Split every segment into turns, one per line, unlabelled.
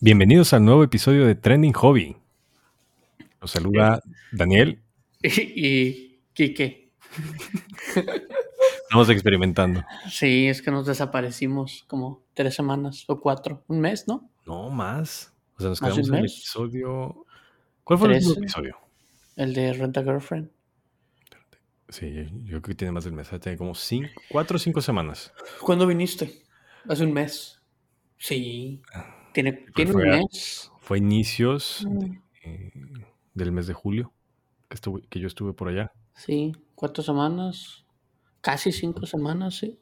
Bienvenidos al nuevo episodio de Trending Hobby. Los saluda Daniel.
Y Quique.
Estamos experimentando.
Sí, es que nos desaparecimos como tres semanas o cuatro, un mes, ¿no?
No más. O sea, nos
¿Más de
quedamos
un
en el
mes?
episodio. ¿Cuál fue el
Tres.
último episodio?
El de Renta Girlfriend.
Sí, yo creo que tiene más del mes. Tiene como cinco, cuatro o cinco semanas.
¿Cuándo viniste? Hace un mes. Sí. Tiene,
¿Cuál
tiene un
Pues fue?
mes.
Fue inicios
Mm.
eh, del mes de julio que, estuve- que yo estuve por allá.
Sí, cuatro semanas. Casi cinco semanas, sí.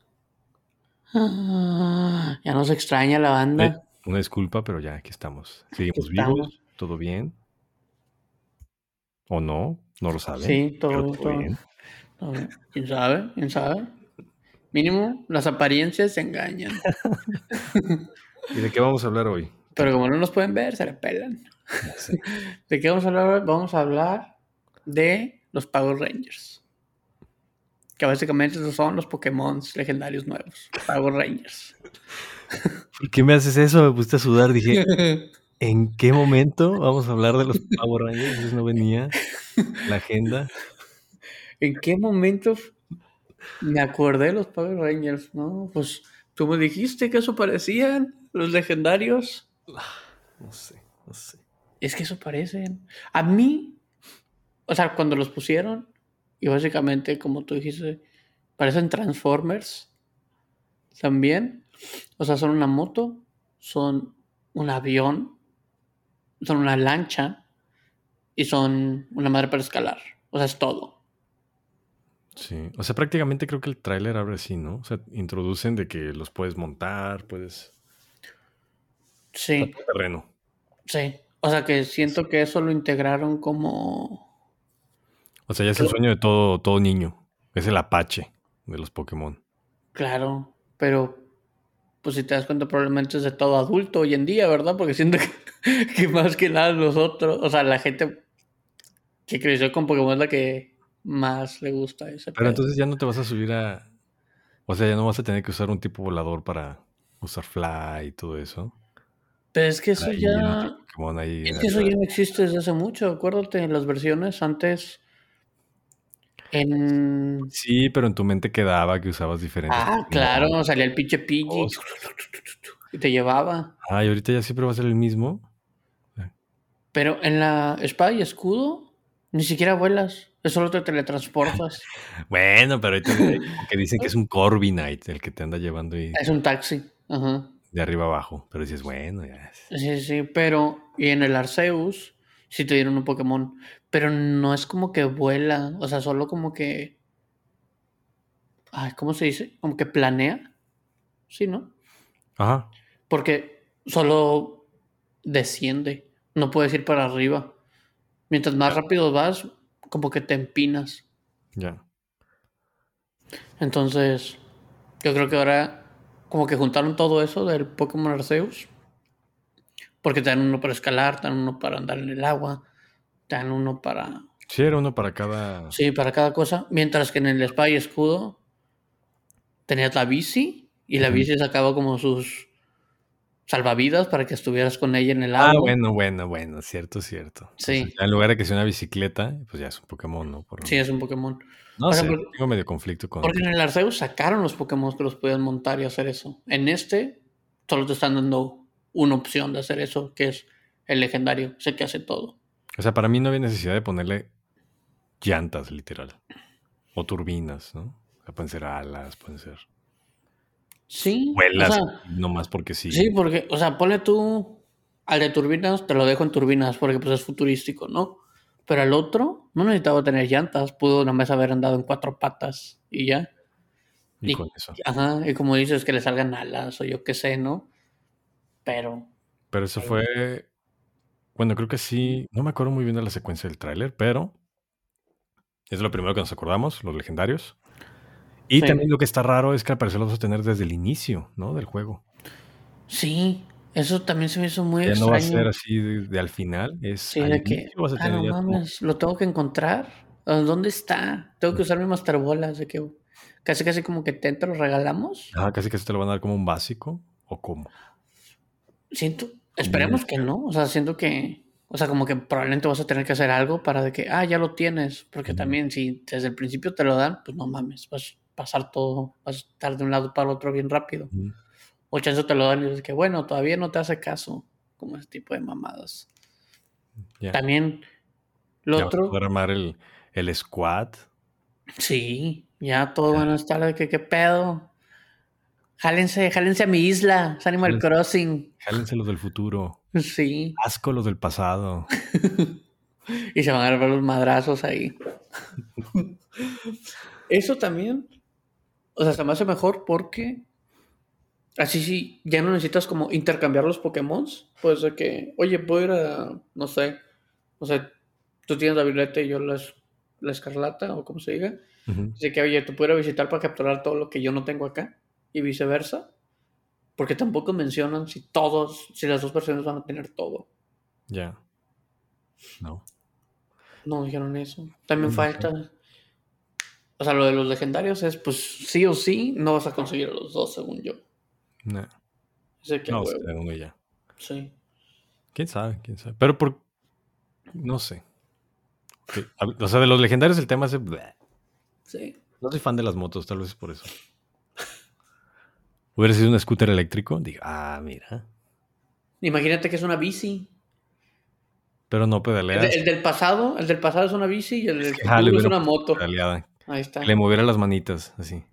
Ah, ya nos extraña la
Eh,
banda.
una disculpa, pero ya aquí estamos. Seguimos
estamos.
pues vivos, todo bien. ¿O no? No lo saben.
Sí, todo
pero
bien, todo bien. No, ¿Quién sabe? ¿Quién sabe? Mínimo, las apariencias se engañan.
¿Y de qué vamos a hablar hoy?
Pero como no nos pueden ver, se le pelan. ¿De qué vamos a hablar hoy? Vamos a hablar de los Power Rangers. Que básicamente esos son los Pokémon legendarios nuevos. Power Rangers.
¿Por qué me haces eso? Me puse a sudar. Dije, ¿en qué momento vamos a hablar de los Power Rangers? Entonces no venía la agenda.
¿En qué momento me acordé de los Power Rangers? No, pues tú me dijiste que eso parecían los legendarios.
No sé, no sé.
Es que eso parecen. A mí, o sea, cuando los pusieron, y básicamente, como tú dijiste, parecen Transformers también. O sea, son una moto, son un avión, son una lancha y son una madre para escalar. O sea, es todo.
Sí, o sea, prácticamente creo que el tráiler abre así, ¿no? O sea, introducen de que los puedes montar, puedes...
Sí,
Terreno.
sí. O sea, que siento que eso lo integraron como.
O sea, ya es el sueño de todo, todo niño. Es el apache de los Pokémon.
Claro, pero pues si te das cuenta, probablemente es de todo adulto hoy en día, ¿verdad? Porque siento que, que más que nada nosotros, o sea, la gente que creció con Pokémon es la que más le gusta ese
Pero
pedo.
entonces ya no te vas a subir a... O sea, ya no vas a tener que usar un tipo volador para usar fly y todo eso.
Pero es que eso
Ahí,
ya,
Pokémon ahí
es
en
que
el-
eso ya no existe desde hace mucho, acuérdate, en las versiones antes en...
Sí, pero en tu mente quedaba que usabas diferentes.
Ah,
Pokémon.
claro, salía el pinche Pidgey
Cosas.
y te llevaba.
Ah, y ahorita ya siempre va a ser el mismo.
Pero en la espada y escudo ni siquiera vuelas, es solo te teletransportas.
Bueno, pero ahorita hay como que dicen que es un Corviknight el que te anda llevando y
Es un taxi. Ajá.
de arriba abajo. Pero dices, bueno, ya es.
Sí, sí, pero. Y en el Arceus sí te dieron un Pokémon. Pero no es como que vuela. O sea, solo como que. Ay, ¿cómo se dice? Como que planea. Sí, ¿no?
Ajá.
Porque solo desciende. No puedes ir para arriba. Mientras más rápido vas, como que te empinas.
Ya.
Entonces, yo creo que ahora como que juntaron todo eso del Pokémon Arceus. Porque te dan uno para escalar, te dan uno para andar en el agua, te dan uno para...
Sí, era uno para cada.
Sí, para cada cosa. Mientras que en el Espada y Escudo tenías la bici y la
Ujú.
bici sacaba como sus salvavidas para que estuvieras con ella en el agua.
Ah, bueno, bueno, bueno, cierto, cierto.
Sí.
Entonces, ya en lugar de que sea una bicicleta, pues ya es un Pokémon, ¿no? Por-
Sí, es un Pokémon.
No
o sea,
sé,
porque-
tengo medio conflicto con.
Porque en el Arceus sacaron los Pokémon que los podían montar y hacer eso. En este, solo te están dando una opción de hacer eso, que es el legendario, sé que hace todo.
O sea, para mí no había necesidad de ponerle llantas, literal. O turbinas, ¿no? O sea, pueden ser alas, pueden ser.
Sí.
Vuelas,
O sea,
nomás porque sí.
sí, pues, porque, o sea, ponle tú al de turbinas, te lo dejo en turbinas, porque pues es futurístico, ¿no? Pero al otro no necesitaba tener llantas, pudo nomás haber andado en cuatro patas y ya.
y
y-
con eso.
Ajá, y como dices, que le salgan alas o yo qué sé, ¿no? Pero
Pero eso fue. Bueno, creo que sí. No me acuerdo muy bien de la secuencia del tráiler, pero es lo primero que nos acordamos, los legendarios. Y
Sí.
también lo que está raro es que al parecer los vas a tener desde el inicio, ¿no? Del juego.
sí, eso también se me hizo muy
Ya
extraño.
no va a ser así de, de al final. Es
Sí,
al
de que,
inicio vas a
ah,
tener
no
ya tu-
mames, lo tengo que encontrar. ¿A ¿Dónde está? Tengo que usar mi Master Bolas, de que casi casi como que te te lo regalamos.
Ajá, casi que se te lo van a dar como un básico. ¿O cómo?
Siento, Esperemos que no. O sea, siento que. O sea, como que probablemente vas a tener que hacer algo para de que, ah, ya lo tienes. Porque también si desde el principio te lo dan, pues no mames, vas a pasar todo, vas a estar de un lado para el otro bien rápido.
Ujú.
O chance te lo dan y dices que, bueno, todavía no te hace caso. Como ese tipo de mamadas.
Ya.
También lo
Ya vas a
otro.
poder armar el, el squad.
Sí, ya todo
Ya.
bueno está de que qué pedo. Jálense, jálense a mi isla, es Animal
Jálense.
Crossing.
Jálense los del futuro.
Sí.
Asco los del pasado.
Y se van a agarrar los madrazos ahí. Eso también, o sea, se me hace mejor porque así sí, ya no necesitas como intercambiar los Pokémon. Pues de que, oye, puedo ir a, no sé, o sea, tú tienes la violeta y yo la, es- la escarlata o como se diga.
Ujú.
Dice que, oye, tú puedes ir a visitar para capturar todo lo que yo no tengo acá y viceversa. Porque tampoco mencionan si todos, si las dos personas van a tener todo.
Ya. No.
No dijeron eso. También
No.
falta. O sea, lo de los legendarios es, pues sí o sí, no vas a conseguir a los dos, según yo.
No.
Ese que
No,
huevo.
será uno ya.
Sí.
¿Quién sabe? ¿Quién sabe? Pero por... No sé. Sí, a- O sea, de los legendarios el tema es... de-
Sí.
No soy fan de las motos, tal vez es por eso. Hubiera sido un scooter eléctrico. Digo, ah, mira.
Imagínate que es una bici.
Pero no
El,
pedaleas.
de- el del pasado, el del pasado es una bici y el del
que, ah, le
futuro es
hubiera
una moto.
pedaleada.
Ahí está.
Que le moviera las manitas, así.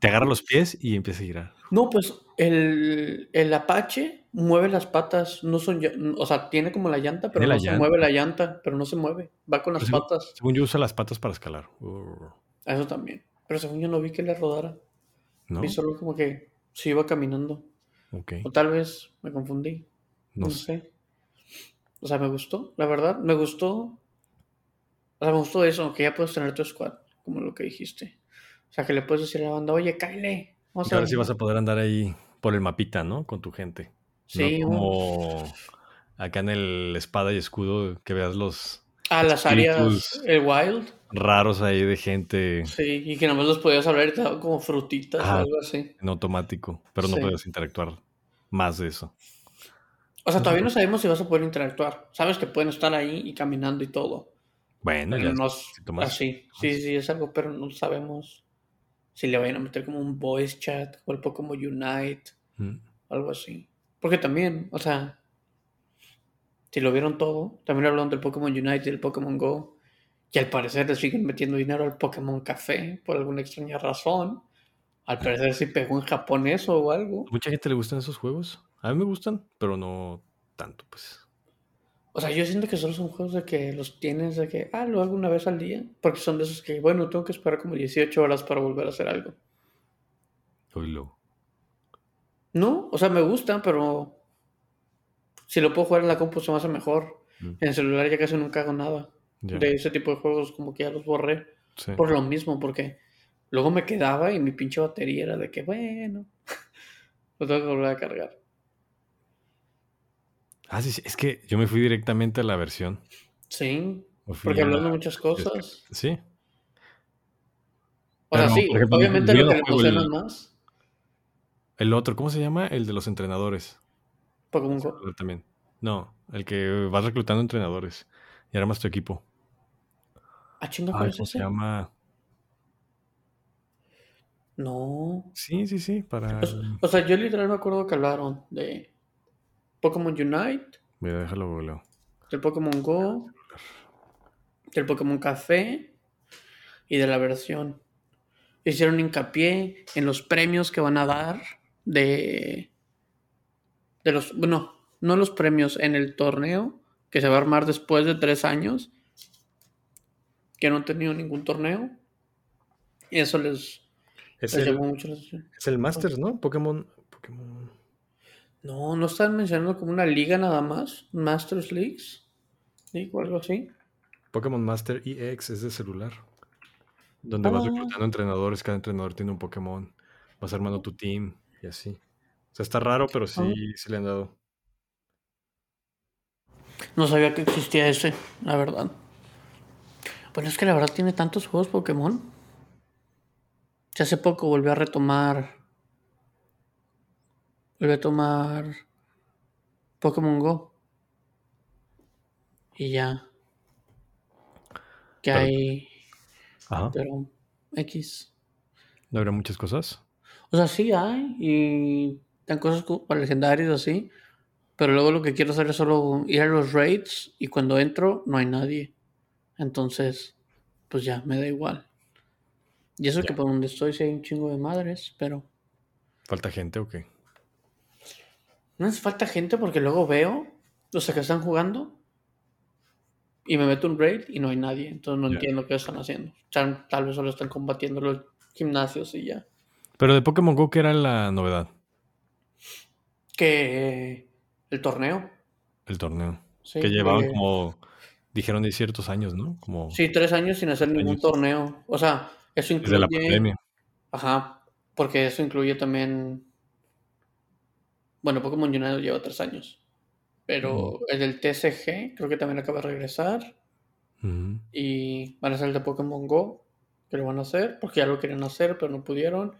Te agarra los pies y empieza a girar.
No, pues el, el Apache mueve las patas, no son, llan- o sea, tiene como la llanta, pero
Tiene la
no se
llanta. Pues
mueve la llanta, pero no se mueve, va con las
Pero según-
patas,
Según yo, usa las patas para escalar. Uh,
a eso también. Pero según yo no vi que le rodara,
¿No?
vi solo como que se iba caminando,
Ok.
o tal vez me confundí, no,
No sé.
sé. O sea, me gustó, la verdad, me gustó, o sea, me gustó eso, que ya puedes tener tu squad, como lo que dijiste. O sea, que le puedes decir a la banda, oye, Kyle, vamos
Y
a...
ahora sí vas a poder andar ahí por el mapita, ¿no? Con tu gente.
Sí,
no
un-
como acá en el espada y escudo que veas los
a las áreas,
espíritus.
el wild.
raros ahí de gente
Sí, y que nomás los podías hablar y te daban como frutitas
Ajá.
o algo así.
en automático, pero no
Sí.
puedes interactuar más de eso.
O sea, todavía no sabemos si vas a poder interactuar. Sabes que pueden estar ahí y caminando y todo.
Bueno,
Pero
ya
no es
si tomas-
así. Sí, sí, es algo, pero no sabemos si le vayan a meter como un voice chat o algo como Unite
Mm,
o algo así. Porque también, o sea, si lo vieron todo, también hablaron del Pokémon Unite y del Pokémon Go. Y al parecer le siguen metiendo dinero al Pokémon Café por alguna extraña razón. Al parecer sí pegó en Japón eso o algo.
¿A mucha gente le gustan esos juegos. A mí me gustan, pero no tanto, pues.
O sea, yo siento que solo son juegos de que los tienes de que, ah, lo hago una vez al día. Porque son de esos que, bueno, tengo que esperar como 18 horas para volver a hacer algo.
Oílo.
No, o sea, me gustan, pero si lo puedo jugar en la compu se me hace mejor.
Mm.
En el celular ya casi nunca hago nada.
Ya,
De ese tipo de juegos como que ya los borré.
sí.
Por lo mismo, porque luego me quedaba y mi pinche batería era de que, bueno, lo tengo que volver a cargar.
Ah, sí, sí, es que yo me fui directamente a la versión.
Sí,
Me fui
porque
a la-
hablando de muchas cosas.
Sí,
O sea,
Pero,
sí,
por ejemplo,
obviamente
yo
lo
no
que le
juego el-
emocionan más,
el otro, ¿cómo se llama? El de los entrenadores.
Pokémon Go.
También. No, el que vas reclutando entrenadores y armas tu equipo.
Ah, chinga, ¿cuál
Ay,
es
¿cómo se
ese?
llama?
No.
Sí, sí, sí, para...
O, s- o sea, yo literal me acuerdo que hablaron de Pokémon Unite,
Mira, déjalo googleo.
del Pokémon Go, del Pokémon Café y de la versión. Hicieron hincapié en los premios que van a dar de. de los. Bueno, no los premios, en el torneo que se va a armar después de tres años. Que no han tenido ningún torneo. Y eso les,
Es
les
el,
llamó mucho la atención.
es el Masters, ¿no? Pokémon... Pokémon...
No, no están mencionando como una liga nada más, Masters Leagues, League o algo así.
Pokémon Master EX es de celular. Donde vas
Ah.
reclutando entrenadores, cada entrenador tiene un Pokémon. Vas armando tu team y así. O sea, está raro, pero sí,
Ah.
sí le han dado.
No sabía que existía ese, la verdad. Bueno, es que la verdad tiene tantos juegos Pokémon. Ya hace poco volví a retomar. Volví a tomar Pokémon Go. Y ya. Que
Pero-
hay.
Ajá.
Pero. X.
No habrá muchas cosas.
O sea, sí hay. Y. Tan cosas co- para legendarios así. Pero luego lo que quiero hacer es solo ir a los raids. Y cuando entro, no hay nadie. Entonces. Pues ya, me da igual. Y eso que
Ya.
por donde estoy sí hay un chingo de madres. Pero.
¿Falta gente o qué?
No hace falta gente porque luego veo los que están jugando y me meto un raid y no hay nadie. Entonces no
Ya.
entiendo qué están haciendo. Tal, tal vez solo están combatiendo los gimnasios y ya.
Pero de Pokémon Go, ¿qué era la novedad?
Que eh, el torneo.
El torneo.
Sí,
que llevaban
eh,
como, dijeron de ciertos años, ¿no? Como
Sí, tres años sin hacer ningún
años.
torneo. O sea, eso incluye...
desde la pandemia.
Ajá, porque eso incluye también... Bueno, Pokémon United lleva tres años. Pero el del TCG creo que también acaba de regresar.
Ujú.
y van a hacer el de Pokémon Go, que lo van a hacer, porque ya lo querían hacer, pero no pudieron.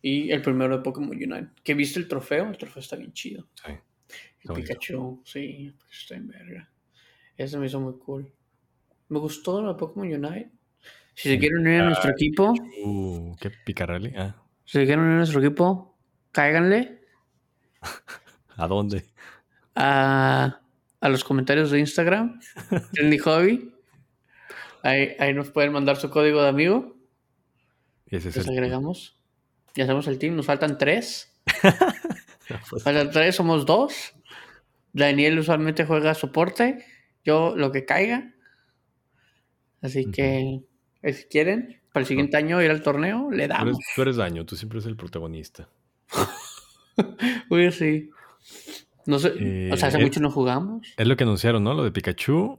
Y el primero de Pokémon Unite. Que viste el trofeo, el trofeo está bien chido.
Sí.
El
Está bonito.
Pikachu, sí, está en verga. Ese me hizo muy cool. Me gustó la Pokémon Unite. Si se quieren
Ah,
unir a nuestro equipo,
Uh, ¿Qué picarrali? Ah,
si se quieren unir a nuestro equipo, cáiganle
¿A dónde?
a, a los comentarios de Instagram, Trendy Hobby. Ahí, ahí nos pueden mandar su código de amigo.
Y ese es
Les
el-
agregamos. Ya hacemos el team. Nos faltan tres.
Pues,
Faltan tres, somos dos. Daniel usualmente juega soporte. Yo lo que caiga. Así
Ujú.
que, eh, si quieren, para el siguiente año ir al torneo, le
tú, eres,
damos.
tú eres daño, tú siempre eres el protagonista.
Uy, sí. No sé, o sea, hace
Eh,
mucho no jugamos.
Es lo que anunciaron, ¿no? Lo de Pikachu.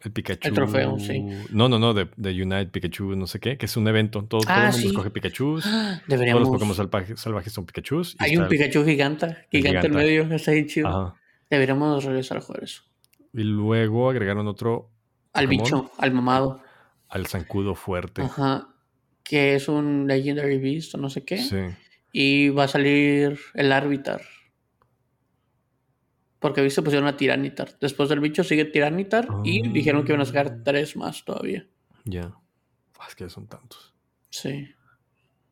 El Pikachu.
El trofeo, sí.
No, no, no, de, de Unite Pikachu, no sé qué, que es un evento. Todo, todo el
Ah,
mundo
sí.
escoge Pikachu.
¡Ah!
pues, Todos los
Deberíamos.
Pokémon salvaje- salvajes son Pikachus. y
Hay un
está-
Pikachu giganta,
el
gigante en
giganta.
medio, está bien chido.
Ajá.
Deberíamos regresar a jugar eso.
Y luego agregaron otro
Al
Pokémon.
bicho, al mamado.
al zancudo fuerte.
Ajá. Que es un Legendary Beast o no sé qué.
Sí.
Y va a salir el Arbitar. Porque viste, pusieron a Tiranitar. Después del bicho sigue Tiranitar y
Ah.
dijeron que iban a sacar tres más todavía.
Ya. Ah, Es que ya son tantos.
Sí.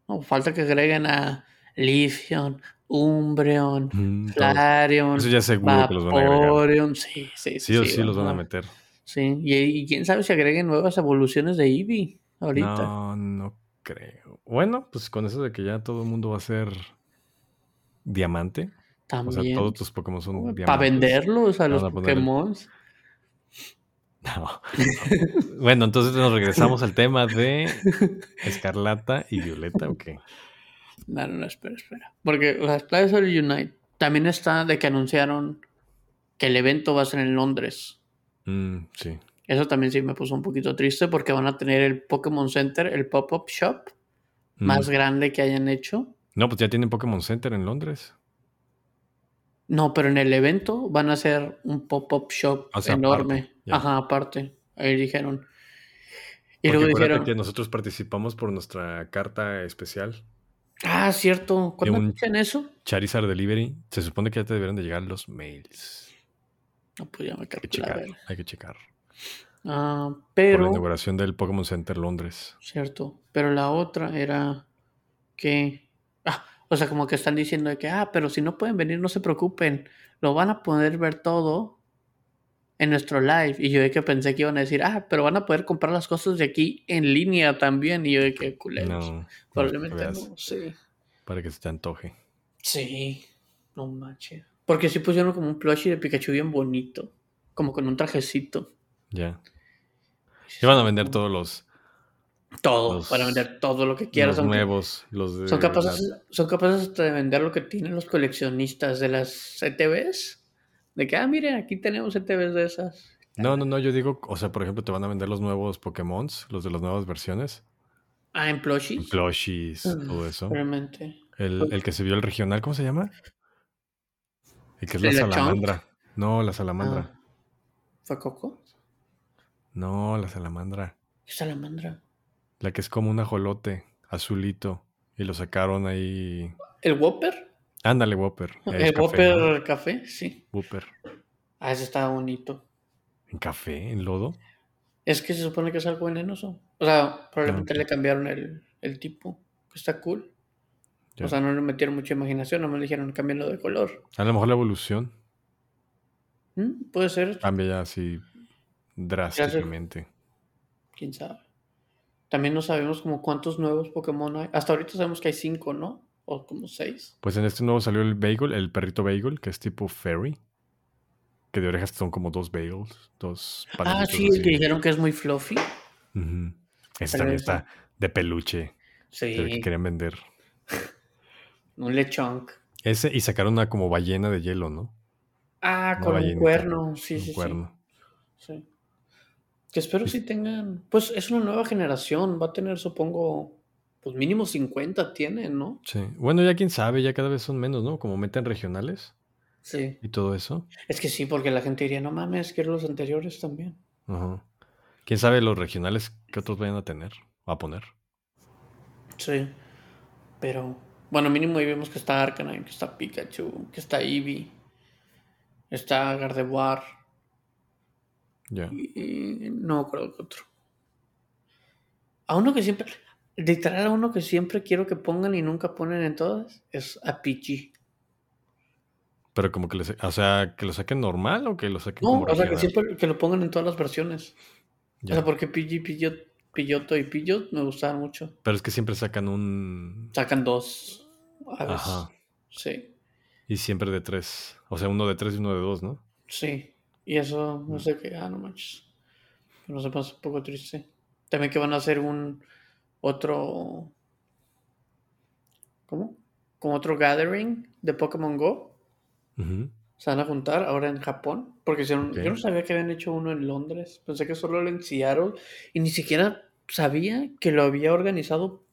No, falta que agreguen a Lithion, Umbreon,
Mm, todos.
Flareon,
Eso ya seguro que los van a agregar.
Vaporeon. Sí, sí, sí.
Sí o sí los van a
ajá.
meter.
Sí, y, y quién sabe si agreguen nuevas evoluciones de Eevee ahorita.
No, no creo. Bueno, pues con eso de que ya todo el mundo va a ser diamante. O sea,
También.
todos tus Pokémon son diamantes.
Para venderlos a
Le
los
van a poner el-
Pokémon.
No. bueno, entonces nos regresamos al tema de Escarlata y Violeta, ¿o qué?
No, no, no, espera, espera. Porque las playas del Unite también está de que anunciaron que el evento va a ser en Londres.
Mm, sí.
Eso también sí me puso un poquito triste porque van a tener el Pokémon Center, el pop-up shop
Mm.
más grande que hayan hecho.
No, pues ya tienen Pokémon Center en Londres.
No, pero en el evento van a hacer un pop-up shop
O sea,
enorme.
aparte, ya.
Ajá, aparte. Ahí dijeron. Y
Porque
luego
acuérdate
dijeron,
que nosotros participamos por nuestra carta especial.
ah, cierto, ¿cuándo
un-
dicen eso?
Charizard Delivery. Se supone que ya te deberían de llegar los mails.
No, pues ya me
Hay que
calculé. a
checar.
ver.
Hay que checar.
Ah,
Por la
pero...
inauguración del Pokémon Center Londres.
Cierto, pero la otra era que, ah, o sea, como que están diciendo de que, ah, pero si no pueden venir, no se preocupen, lo van a poder ver todo en nuestro live. Y yo de que pensé que iban a decir, ah, pero van a poder comprar las cosas de aquí en línea también. Y yo de que culeros.
No. no,
Probablemente
veas,
no, sí.
Para que se te antoje.
Sí, no manches. Porque sí pusieron como un plushie de Pikachu bien bonito, como con un trajecito.
Ya. Y van a vender todos los,
Todo,
los-
para vender todo lo que quieras.
los
aunque-
nuevos. Los de
Son
las-
capaces, son capaces hasta de vender lo que tienen los coleccionistas de las ETVs. De que, ah, miren, aquí tenemos ETVs de esas.
No, no, no. Yo digo, o sea, por ejemplo, te van a vender los nuevos Pokémon, los de las nuevas versiones.
Ah, en plushies.
Plushies,
Mm, pues
todo eso.
Realmente.
El, el que se vio el regional, ¿cómo se llama? El que es la
¿El de Chunk?
salamandra. No, la salamandra.
Ah. ¿Fue Coco?
No, la salamandra.
¿Qué salamandra?
La que es como un ajolote azulito. Y lo sacaron ahí.
¿El Whopper?
Ándale, Whopper.
El,
Es café,
Whopper
¿no?
café, sí.
Whopper.
Ah, eso está bonito.
¿En café? ¿En lodo?
Es que se supone que es algo venenoso. O sea, probablemente
Ah, ok.
le cambiaron el, el tipo. que Está cool.
Ya.
O sea, no le metieron mucha imaginación, no me dijeron cambiarlo de color.
A lo mejor la evolución
Mm, Puede ser,
cambia ya así drásticamente.
quién sabe. También no sabemos como cuántos nuevos Pokémon hay. Hasta ahorita sabemos que hay cinco, ¿no? O como seis.
Pues en este nuevo salió el bagel, el perrito bagel, que es tipo fairy. Que de orejas son como dos bagels, dos
ah,
palitos
sí, el que
así.
dijeron que es muy fluffy.
Ujú. Ese
Pero
también
ese-
está de peluche, el que
Sí,
querían vender.
un lechonk.
Ese, y sacaron una como ballena de hielo, ¿no?
Ah,
Una
con un
ballenita,
cuerno. Sí,
Un
sí,
cuerno.
sí, sí. Que espero si tengan. Pues es una nueva generación. Va a tener, supongo, pues mínimo 50 tienen, ¿no?
Sí. Bueno, ya quién sabe, ya cada vez son menos, ¿no? Como meten regionales
Sí.
y todo eso.
Es que sí, porque la gente diría, no mames, quiero los anteriores también.
Ajá. ¿Quién sabe los regionales que otros vayan a tener? A poner.
Sí. Pero, bueno, mínimo ahí vemos que está Arcanine, que está Pikachu, que está Eevee, está Gardevoir
Ya.
y, y no creo que otro. A uno que siempre, literal, a uno que siempre quiero que pongan y nunca ponen en todas, es a Pidgey.
Pero como que, les, o sea, que lo saquen normal o que lo saquen
No,
como
o sea, que
regional.
siempre que lo pongan en todas las versiones.
Ya.
O sea, porque Pidgey, Pidgeot, Pidgeotto y Pidgeot me gustaban mucho.
Pero es que siempre sacan un.
Sacan dos aves.
Ajá.
Sí,
Y siempre de tres. O sea, uno de tres y uno de dos, ¿no?
sí. Y eso, no sé qué, ah, no manches. No sé, pasa un poco triste. También que van a hacer un otro. ¿Cómo? Como otro gathering de Pokémon Go.
Ujú.
Se van a juntar ahora en Japón. Porque hicieron-
Ok.
yo no sabía que habían hecho uno en Londres. Pensé que solo lo en Seattle. Y ni siquiera sabía que lo había organizado.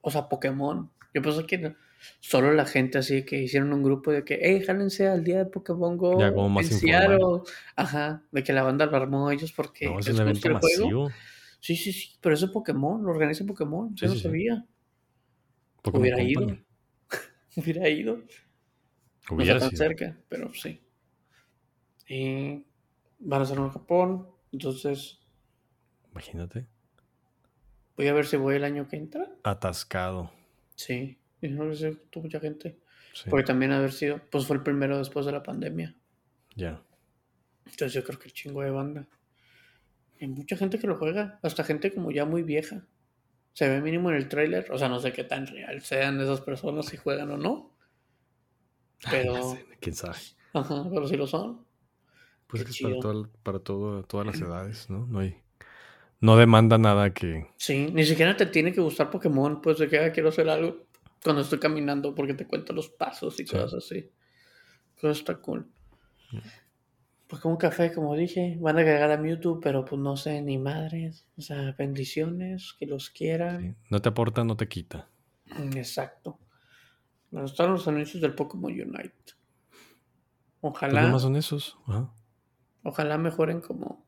O sea, Pokémon. Yo pensé que solo la gente así que hicieron un grupo de que, hey, jálense al día de Pokémon Go.
Ya como más
en
informal.
Seattle". Ajá. De que la banda lo armó ellos porque
No, es
les
un
gusta
evento
el juego.
masivo.
Sí, sí, sí, pero ese Pokémon, lo organiza Pokémon,
Sí,
yo no
sí, sí.
sabía.
Pokémon
Hubiera ido.
Company.
Hubiera ido, no está
Hubiera
tan
sido.
cerca, pero sí. Y van a hacer uno en Japón, entonces
Imagínate.
voy a ver si voy el año que entra.
Atascado.
Sí, y no les gustó mucha gente.
Sí.
Porque también haber sido, pues fue el primero después de la pandemia.
Ya.
Entonces yo creo que el chingo de banda. Hay mucha gente que lo juega, hasta gente como ya muy vieja. Se ve mínimo en el tráiler, o sea, no sé qué tan real sean esas personas si juegan o no. Pero...
No Ah, sé, ¿Quién sabe?
Ajá, pero si lo son.
Pues
Qué
es que es para,
chido.
todo, para todo, todas las edades, ¿no? No hay. No demanda nada que.
Sí, ni siquiera te tiene que gustar Pokémon, pues de que "Ah, quiero hacer algo cuando estoy caminando porque te cuento los pasos y
Sí. Mm.
cosas así. Todo está cool. Pues como un café, como dije, van a agregar a Mewtwo, pero pues no sé, ni madres. O sea, bendiciones, que los quieran.
sí, No te aporta, no te quita.
Mm, Exacto. Bueno, están los anuncios del Pokémon Unite.
Pues
Ojalá,
nomás son esos. Ajá.
ojalá mejoren como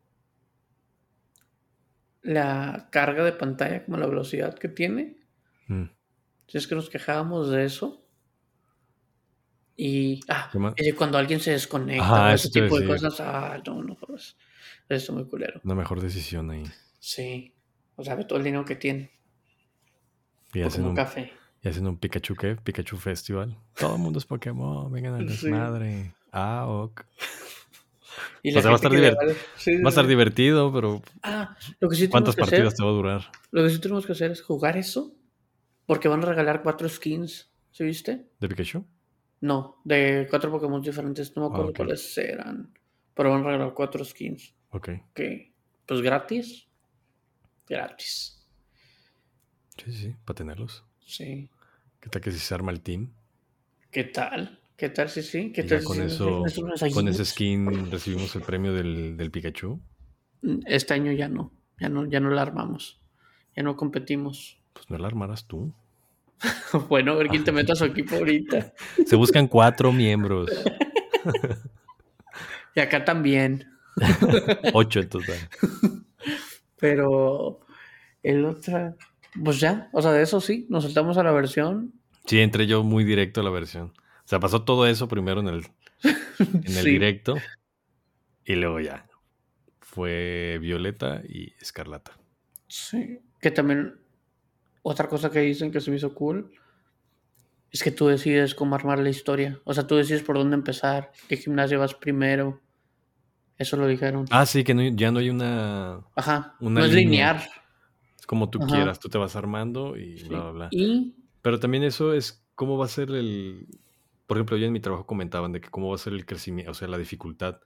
la carga de pantalla, como la velocidad que tiene.
Mm.
Si es que nos quejábamos de eso. Y ah,
¿Qué más?
y de cuando alguien se desconecta
Ajá,
o
eso
ese
te iba a
tipo de
decir.
cosas, ah, no, no, pues, eso es muy culero.
Una mejor decisión ahí.
Sí, o sea, ve todo el dinero que tiene,
Y hacen
Pokémon
un
Café.
Y hacen un Pikachu ¿qué? Pikachu Festival. Todo el mundo es Pokémon, vengan al
Sí.
desmadre. Ah, ok.
Y
O
la
sea, va a
gente
estar
que le
divert-
vale- sí,
Va a estar
sí, sí.
divertido, pero
Ah, lo que sí tenemos
¿cuántas
que hacer,
partidas te va a durar?
lo que sí tenemos que hacer es jugar eso, porque van a regalar cuatro skins, ¿sí viste?
¿De Pikachu?
No, de cuatro Pokémon diferentes, no me
Ah,
acuerdo
ok.
cuáles eran, pero van a regalar cuatro skins.
Ok.
que pues gratis, gratis.
Sí, sí, sí, para tenerlos.
Sí.
¿Qué tal que si se arma el team?
¿Qué tal? ¿Qué tal? Sí, sí. ¿Qué
Y
tal?
ya
si
con
sí,
eso,
nos dejan unas ayudas?
con ese skin recibimos el premio del, del Pikachu.
Este año ya no, ya no, ya no la armamos, ya no competimos.
Pues no la armarás tú.
bueno, a ver quién te mete a su equipo ahorita.
Se buscan cuatro miembros.
Y acá también.
Ocho en total.
Pero el otro, pues ya, o sea, de eso sí, nos saltamos a la versión.
Sí, entré yo muy directo a la versión. O sea, pasó todo eso primero en el, en el
Sí.
directo y luego ya. Fue Violeta y Escarlata.
Sí. Que también otra cosa que dicen que se me hizo cool es que tú decides cómo armar la historia. O sea, tú decides por dónde empezar, qué gimnasio vas primero. Eso lo dijeron.
Ah, sí, que no- ya no hay una...
Ajá.
una
no es
línea.
lineal.
Es como tú
Ajá.
quieras, tú te vas armando y
Sí.
bla, bla, bla.
Y
Pero también eso es cómo va a ser el... Por ejemplo, yo en mi trabajo comentaban de que cómo va a ser el crecimiento, o sea, la dificultad.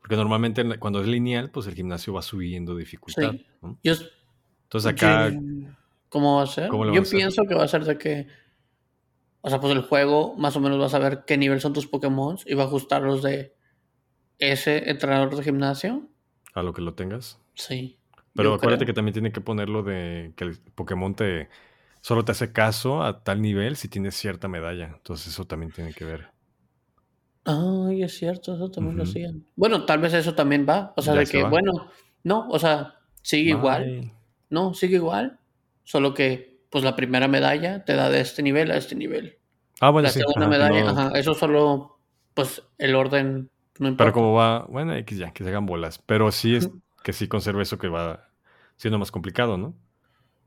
Porque normalmente en la- cuando es lineal, pues el gimnasio va subiendo dificultad.
Sí.
¿no?
yo,
Entonces acá,
yo- ¿Cómo va a ser?
¿Cómo lo
Yo
van a hacer?
pienso que va a ser de que. O sea, pues el juego más o menos vas a ver qué nivel son tus Pokémon y va a ajustarlos de ese entrenador de gimnasio.
a lo que lo tengas.
Sí.
Pero
yo
acuérdate
creo.
que también tiene que ponerlo de que el Pokémon te solo te hace caso a tal nivel si tienes cierta medalla. Entonces eso también tiene que ver.
Ay, es cierto, eso también lo
Ujú.
hacían. Bueno, tal vez eso también va. O sea,
Ya
de
se
que,
va.
bueno, no, o sea, sigue igual.
Bye.
No, sigue igual. Solo que, pues la primera medalla te da de este nivel a este nivel.
Ah, bueno,
La
sí.
segunda
ajá,
medalla,
no,
ajá, eso solo, pues el orden no importa.
Pero como va, bueno, X ya, que se hagan bolas. Pero sí es que sí conserve eso que va siendo más complicado, ¿no?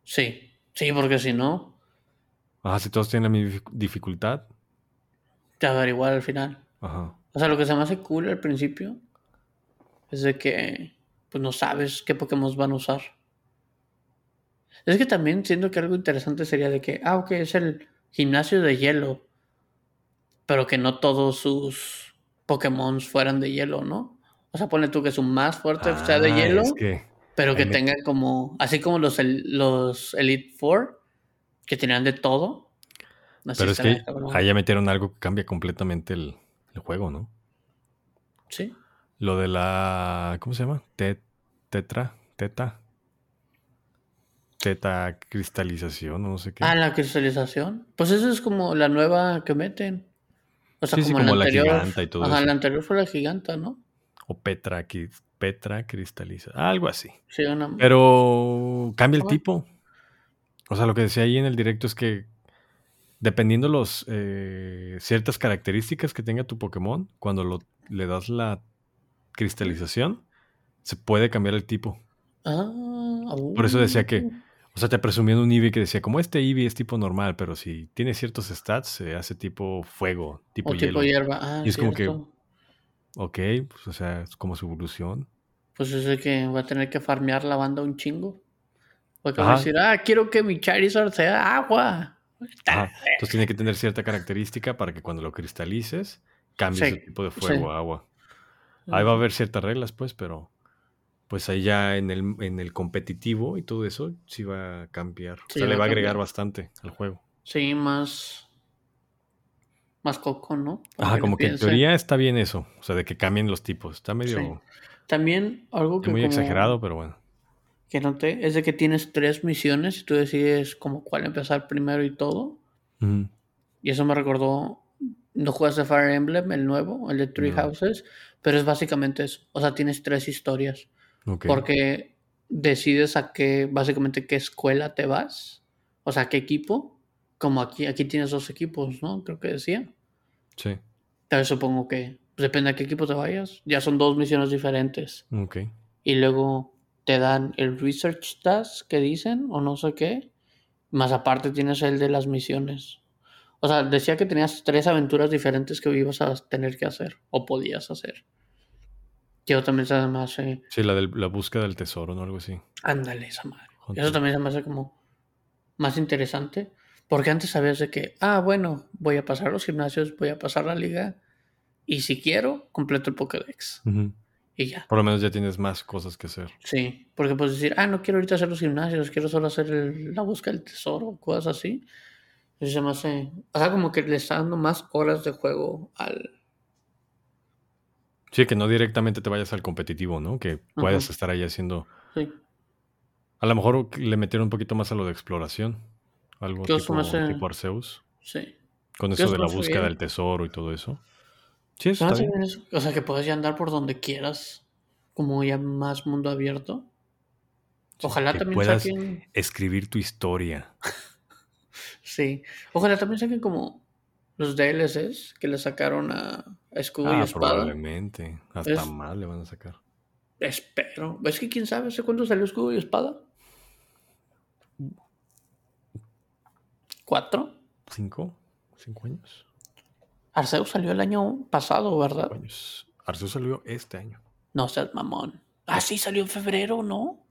Sí, sí, porque si no,
Ajá, si todos tienen la misma dific- dificultad.
te va a dar igual al final.
Ajá.
O sea, lo que se me hace cool al principio es de que pues no sabes qué Pokémon van a usar. Es que también siento que algo interesante sería de que, ah, ok, es el gimnasio de hielo, pero que no todos sus Pokémon fueran de hielo, ¿no? O sea, pone tú que su más fuerte sea de
Ah,
hielo,
Es que,
pero que
ahí me-
tenga como, así como los, el- los Elite Four, que tenían de todo. Así
pero es
estaría
que
cabrón.
ahí ya metieron algo que cambia completamente el, el juego, ¿no?
Sí.
Lo de la. ¿Cómo se llama? Te- tetra. Teta. Teta cristalización, o no sé qué.
Ah, la cristalización. Pues eso es como la nueva que meten. O sea,
Sí, sí,
como,
como la
la anterior.
giganta y todo
Ajá,
eso.
la anterior fue la giganta, ¿no?
O Petra, qui- Petra cristaliza. Algo así.
Sí, una...
Pero cambia el
Ajá.
tipo. O sea, lo que decía ahí en el directo es que dependiendo los eh, ciertas características que tenga tu Pokémon, cuando lo, le das la cristalización, se puede cambiar el tipo.
Ah,
Por eso decía
uh.
que- O sea, te presumían un Eevee que decía, como este Eevee es tipo normal, pero si tiene ciertos stats, se hace tipo fuego, tipo
O
hielo.
tipo hierba. Ah,
Y es como que-
cierto.
Ok, pues, o sea, es como su evolución.
Pues eso es que va a tener que farmear la banda un chingo. Porque va a
Ajá.
decir, ah, quiero que mi Charizard sea agua. Ah.
Ajá. Entonces tiene que tener cierta característica para que cuando lo cristalices, cambie
Sí,
su tipo de
sí.
fuego a agua. Ahí va a haber ciertas reglas, pues, pero pues ahí ya en el, en el competitivo y todo eso sí va a cambiar. o
Sí,
sea, le
va a
va a agregar
cambiar.
bastante al juego.
Sí, más. Más coco, ¿no? Para
Ajá,
le
como que en
piense.
teoría está bien eso. O sea, de que cambien los tipos. Está medio
También algo
está
que.
muy
como-
exagerado, pero bueno.
que noté es de que tienes tres misiones y tú decides como cuál empezar primero y todo.
Ujú.
Y eso me recordó, no juegas de Fire Emblem, el nuevo, el de Three
No.
Houses, pero es básicamente eso. O sea, tienes tres historias
Ok.
porque decides a qué, básicamente qué escuela te vas, o sea, qué equipo. Como aquí, aquí tienes dos equipos, ¿no? Creo que decía.
Sí.
Tal vez supongo que pues, depende a qué equipo te vayas. Ya son dos misiones diferentes.
Ok.
y luego te dan el research task que dicen o no sé qué, más aparte tienes el de las misiones. O sea, decía que tenías tres aventuras diferentes que ibas a tener que hacer o podías hacer. Yo también se me hace,
Sí, la, del- la búsqueda del tesoro, ¿no? Algo así.
ándale esa madre.
Junto.
Eso también se me hace como más interesante, porque antes sabías de que, ah, bueno, voy a pasar los gimnasios, voy a pasar la liga y si quiero, completo el Pokédex
Ujú.
y ya.
Por lo menos ya tienes más cosas que hacer.
Sí, porque puedes decir, ah, no quiero ahorita hacer los gimnasios, quiero solo hacer el- la búsqueda del tesoro, cosas así. Y se me hace. O sea, como que le está dando más horas de juego al.
Sí, que no directamente te vayas al competitivo, ¿no? Que puedas
Ujú.
estar ahí haciendo.
Sí.
A lo mejor le metieron un poquito más a lo de exploración. Algo
Yo se
tipo,
me hace-
tipo Arceus.
Sí.
Con
Yo
eso de la
se me hace
búsqueda
bien.
del tesoro y todo eso. Sí,
Se
eso
me
está
hace
bien.
bien eso. O sea, que puedes ya andar por donde quieras, como ya más mundo abierto.
Sí,
Ojalá
que
también
puedas
saquen.
escribir tu historia.
Sí. Ojalá también saquen como los DLCs que le sacaron a, a Escudo y
Ah,
Espada.
probablemente. Hasta
Es-
más le van a sacar.
Espero. Es que quién sabe, ¿hace cuánto salió Escudo y Espada? ¿Cuatro?
¿Cinco? ¿Cinco años?
Arceus salió el año pasado, ¿verdad?
Cinco años. Arceus salió este año.
No seas mamón. Ah, sí, salió en febrero, ¿no?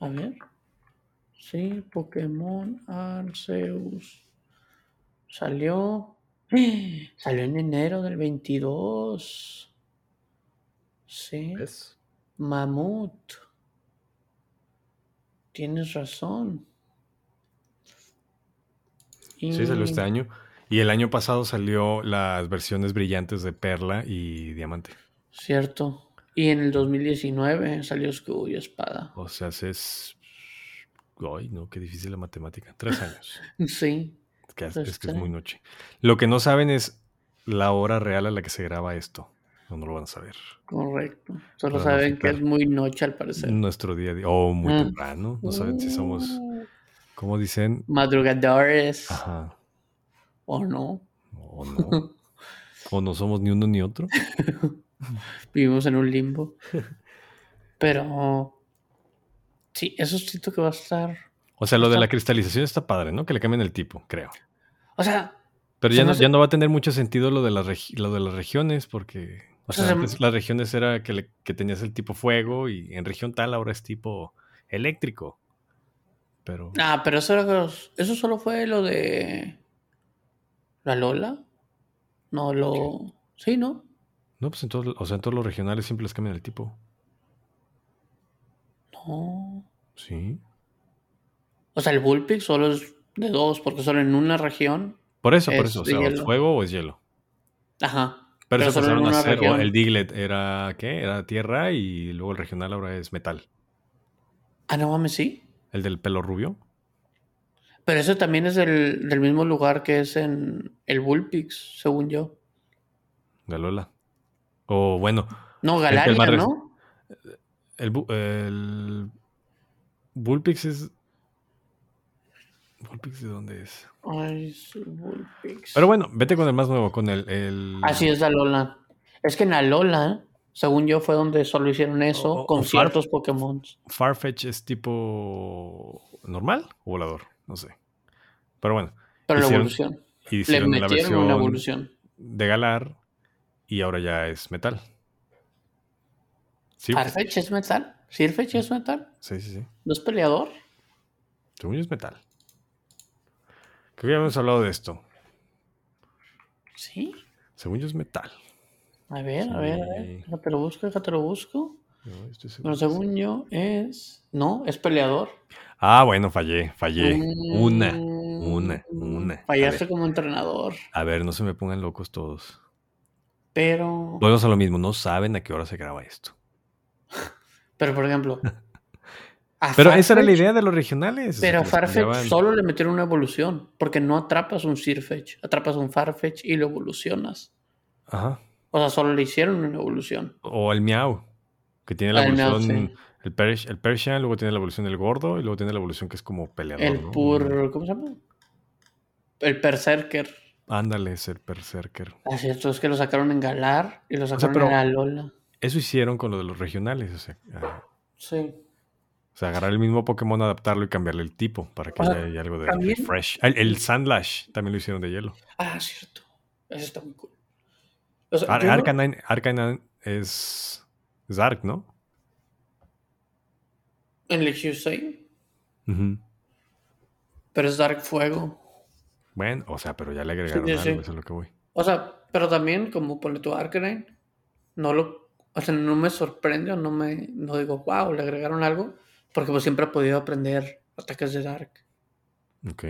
A ver. Sí, Pokémon Arceus. Salió. Salió en enero del 22. Sí.
¿Ves?
Mamut. Tienes razón.
Sí, salió este
Y-
año. Y el año pasado salió las versiones brillantes de Perla y Diamante.
Cierto. Y en el 2019 salió Escudo y Espada.
O sea, es... Ay, no, qué difícil la matemática. Tres años.
Sí.
Es que, es-
Tres
es que es muy
años.
noche. Lo que no saben es la hora real a la que se graba esto. No, no lo van a saber.
Correcto. Solo
Para no
saben que
afectar.
es muy noche al parecer.
Nuestro día a día. O muy
Ah.
temprano. No saben si somos, Ah.
Uh,
¿cómo dicen?
madrugadores
Ajá.
o no.
O no. O no somos ni uno ni otro.
Vivimos en un limbo. Pero sí, eso siento que va a estar.
O sea, lo de
Está-
la cristalización está padre, ¿no? Que le cambien el tipo, creo.
O sea,
Pero
Se
ya
me
no,
hace-
ya no va a tener mucho sentido lo de las, regi- lo de las regiones, porque o
sea,
sea,
se me-
antes las regiones era que, le- que tenías el tipo fuego y en región tal ahora es tipo eléctrico. Pero
ah, pero eso, era- eso solo fue lo de la Lola. No lo. Sí, ¿no?
no, pues en todos, o sea, en todos los regionales siempre les cambian el tipo.
No.
Sí.
O sea, el Bullpix solo es de dos, porque solo en una región.
Por eso, por
Es
eso. O
de
sea, o es
hielo.
fuego o es hielo.
Ajá.
Pero,
Pero
eso
solo
pasaron
en
a
una
ser. o
región.
el Diglett era ¿qué? Era tierra y luego el regional ahora es metal.
Ah, no mames, sí.
El del pelo rubio.
Pero eso también es del, del mismo lugar que es en el Bullpix, según yo.
De Lola. O bueno,
No,
que el
Galaria,
más reci-
¿no?
El, bu- el Bullpix es. ¿Bullpix de dónde es?
Ay, es el Bullpix.
Pero bueno, vete con el más nuevo, con el. el-
Así es la Lola. Es que en la Lola, según yo, fue donde solo hicieron eso
O- o- o
con
Farf.
ciertos Pokémon.
Farfetch es tipo. normal o volador, no sé. Pero bueno,
Pero la
Hicieron-
evolución. Le
hicieron la
metieron
versión
una evolución.
de Galar y ahora ya es metal. Sí,
¿Farfetch es metal? ¿Sirfetch es metal?
sí, sí, sí.
¿No es peleador?
Según yo es metal. Creo que ya habíamos hablado de esto.
Sí.
Según yo es metal.
A ver, a ver, a
Sí.
ver. Déjate lo busco, déjate lo busco.
No, estoy seguro
Pero
que sí.
según yo es. No, es peleador.
Ah, bueno, fallé, fallé. Una,
Mm,
una, una. A
Fallaste
ver.
como entrenador,
A ver, no se me pongan locos todos.
pero.
Volvemos a lo mismo, no saben a qué hora se graba esto.
Pero, por ejemplo. a
Pero esa era la
Farfetch-
idea de los regionales. o sea,
Pero
que los cambiaban.
Farfetch solo le metieron una evolución, porque no atrapas un Sirfetch, atrapas un Farfetch y lo evolucionas.
Ajá.
O sea, solo le hicieron una evolución.
O el miau, que tiene la
Ah, el Meow,
evolución.
sí.
El, Pers- el Persian, luego tiene la evolución del gordo y luego tiene la evolución que es como peleador.
El
¿no?
Pur. ¿Cómo se llama? El Berserker.
Ándale, es el Berserker.
Así es, Ah, es que lo sacaron en Galar y lo
sea,
sacaron
pero-
en la Lola.
Eso hicieron con lo de los regionales. O sea, ah,
Sí.
o sea, agarrar el mismo Pokémon, adaptarlo y cambiarle el tipo para que
O sea,
haya haya algo de
también-
refresh. El, el Sandlash también lo hicieron de hielo.
Ah, cierto. Eso está muy cool. O sea,
Ar-
yo no-
Arcanine, Arcanine es, es Arc, ¿no?
En Legiusei,
Ujú.
pero es Dark Fuego.
Bueno, o sea, pero ya le agregaron
Sí, sí, sí.
algo, eso es lo que voy.
O sea, pero también, como pone tu Arcanine, no lo. O sea, no me sorprende o no me. No digo, wow, le agregaron algo. Porque pues siempre he podido aprender ataques de Dark.
Ok,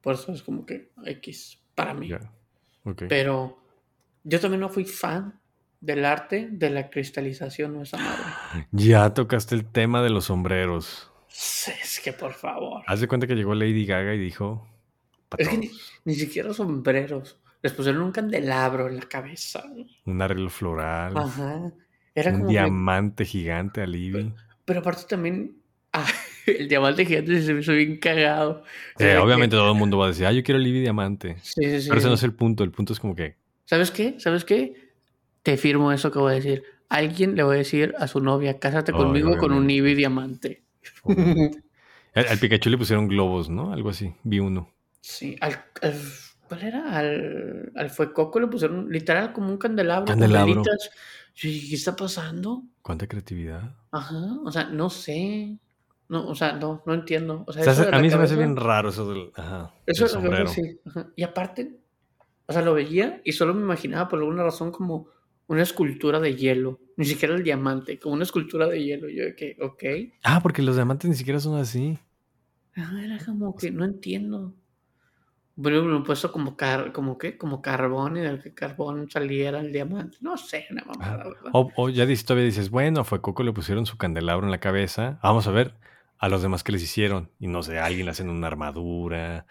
Por eso es como que X para mí.
ya. Ok.
Pero yo también no fui fan del arte de la cristalización o esa madre.
Ya tocaste el tema de los sombreros.
Es que por favor.
Haz de cuenta que llegó Lady Gaga y dijo. "Pa'
Es que ni,
todos".
ni siquiera sombreros. Les pusieron un candelabro en la cabeza. ¿no?
Un arreglo floral,
Ajá. Era
un
como que-
diamante gigante a Libby.
Pero aparte también. ah, El diamante gigante se me hizo bien cagado.
Sí,
Eh,
obviamente todo el mundo va a decir, ah, yo quiero el Libby Diamante.
Sí, sí, sí.
Pero ese no es el punto. El punto es como que,
¿Sabes qué? ¿Sabes qué? Te firmo eso que voy a decir. Alguien le voy a decir a su novia, cásate
Ay,
conmigo con un
obviamente.
Eevee diamante.
obviamente. al, al Pikachu le pusieron globos, ¿no? Algo así. Vi uno.
Sí, al, al- ¿cuál era? Al, al fue coco le pusieron literal como un candelabro, con
Candelabro.
velitas. Yo dije, ¿qué está pasando?
Cuánta creatividad.
Ajá, o sea, no sé. No, o sea, no, no entiendo. O sea,
O sea,
eso de
a
la
mí se me hace
cabeza-
bien raro eso del, ajá,
Eso
del
de la cabeza,
sombrero.
sí, ajá. Y aparte, o sea, lo veía y solo me imaginaba por alguna razón como una escultura de hielo. Ni siquiera el diamante, como una escultura de hielo. Yo de que, ok.
Ah, porque los diamantes ni siquiera son así.
Ajá, Ah, era como que no entiendo. Pero me han puesto como, car como, ¿qué? como carbón y del que carbón saliera el diamante. No sé, una mamada.
Ah,
¿verdad?
O, o ya dices, todavía dices, bueno, fue Coco, le pusieron su candelabro en la cabeza. Vamos a ver a los demás que les hicieron. Y no sé, a alguien le hacen una armadura.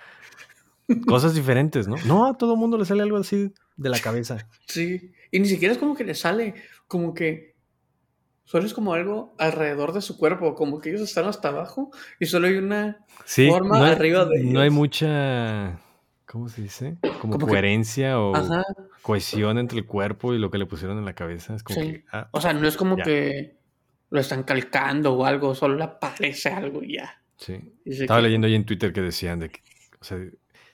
Cosas diferentes, ¿no? No, a todo mundo le sale algo así de la cabeza.
Sí, y ni siquiera es como que le sale, como que solo es como algo alrededor de su cuerpo, como que ellos están hasta abajo y solo hay una...
Sí,
Forma
no hay,
arriba de
no hay
ellos.
mucha, ¿cómo se dice? Como,
Como que-
coherencia o
Ajá,
cohesión entre el cuerpo y lo que le pusieron en la cabeza. Es como
Sí.
que, ah,
o sea, no es como
Ya.
que lo están calcando o algo, solo le aparece algo y ya.
sí.
Dice
Estaba
que-
leyendo ahí en Twitter que decían de que, o sea,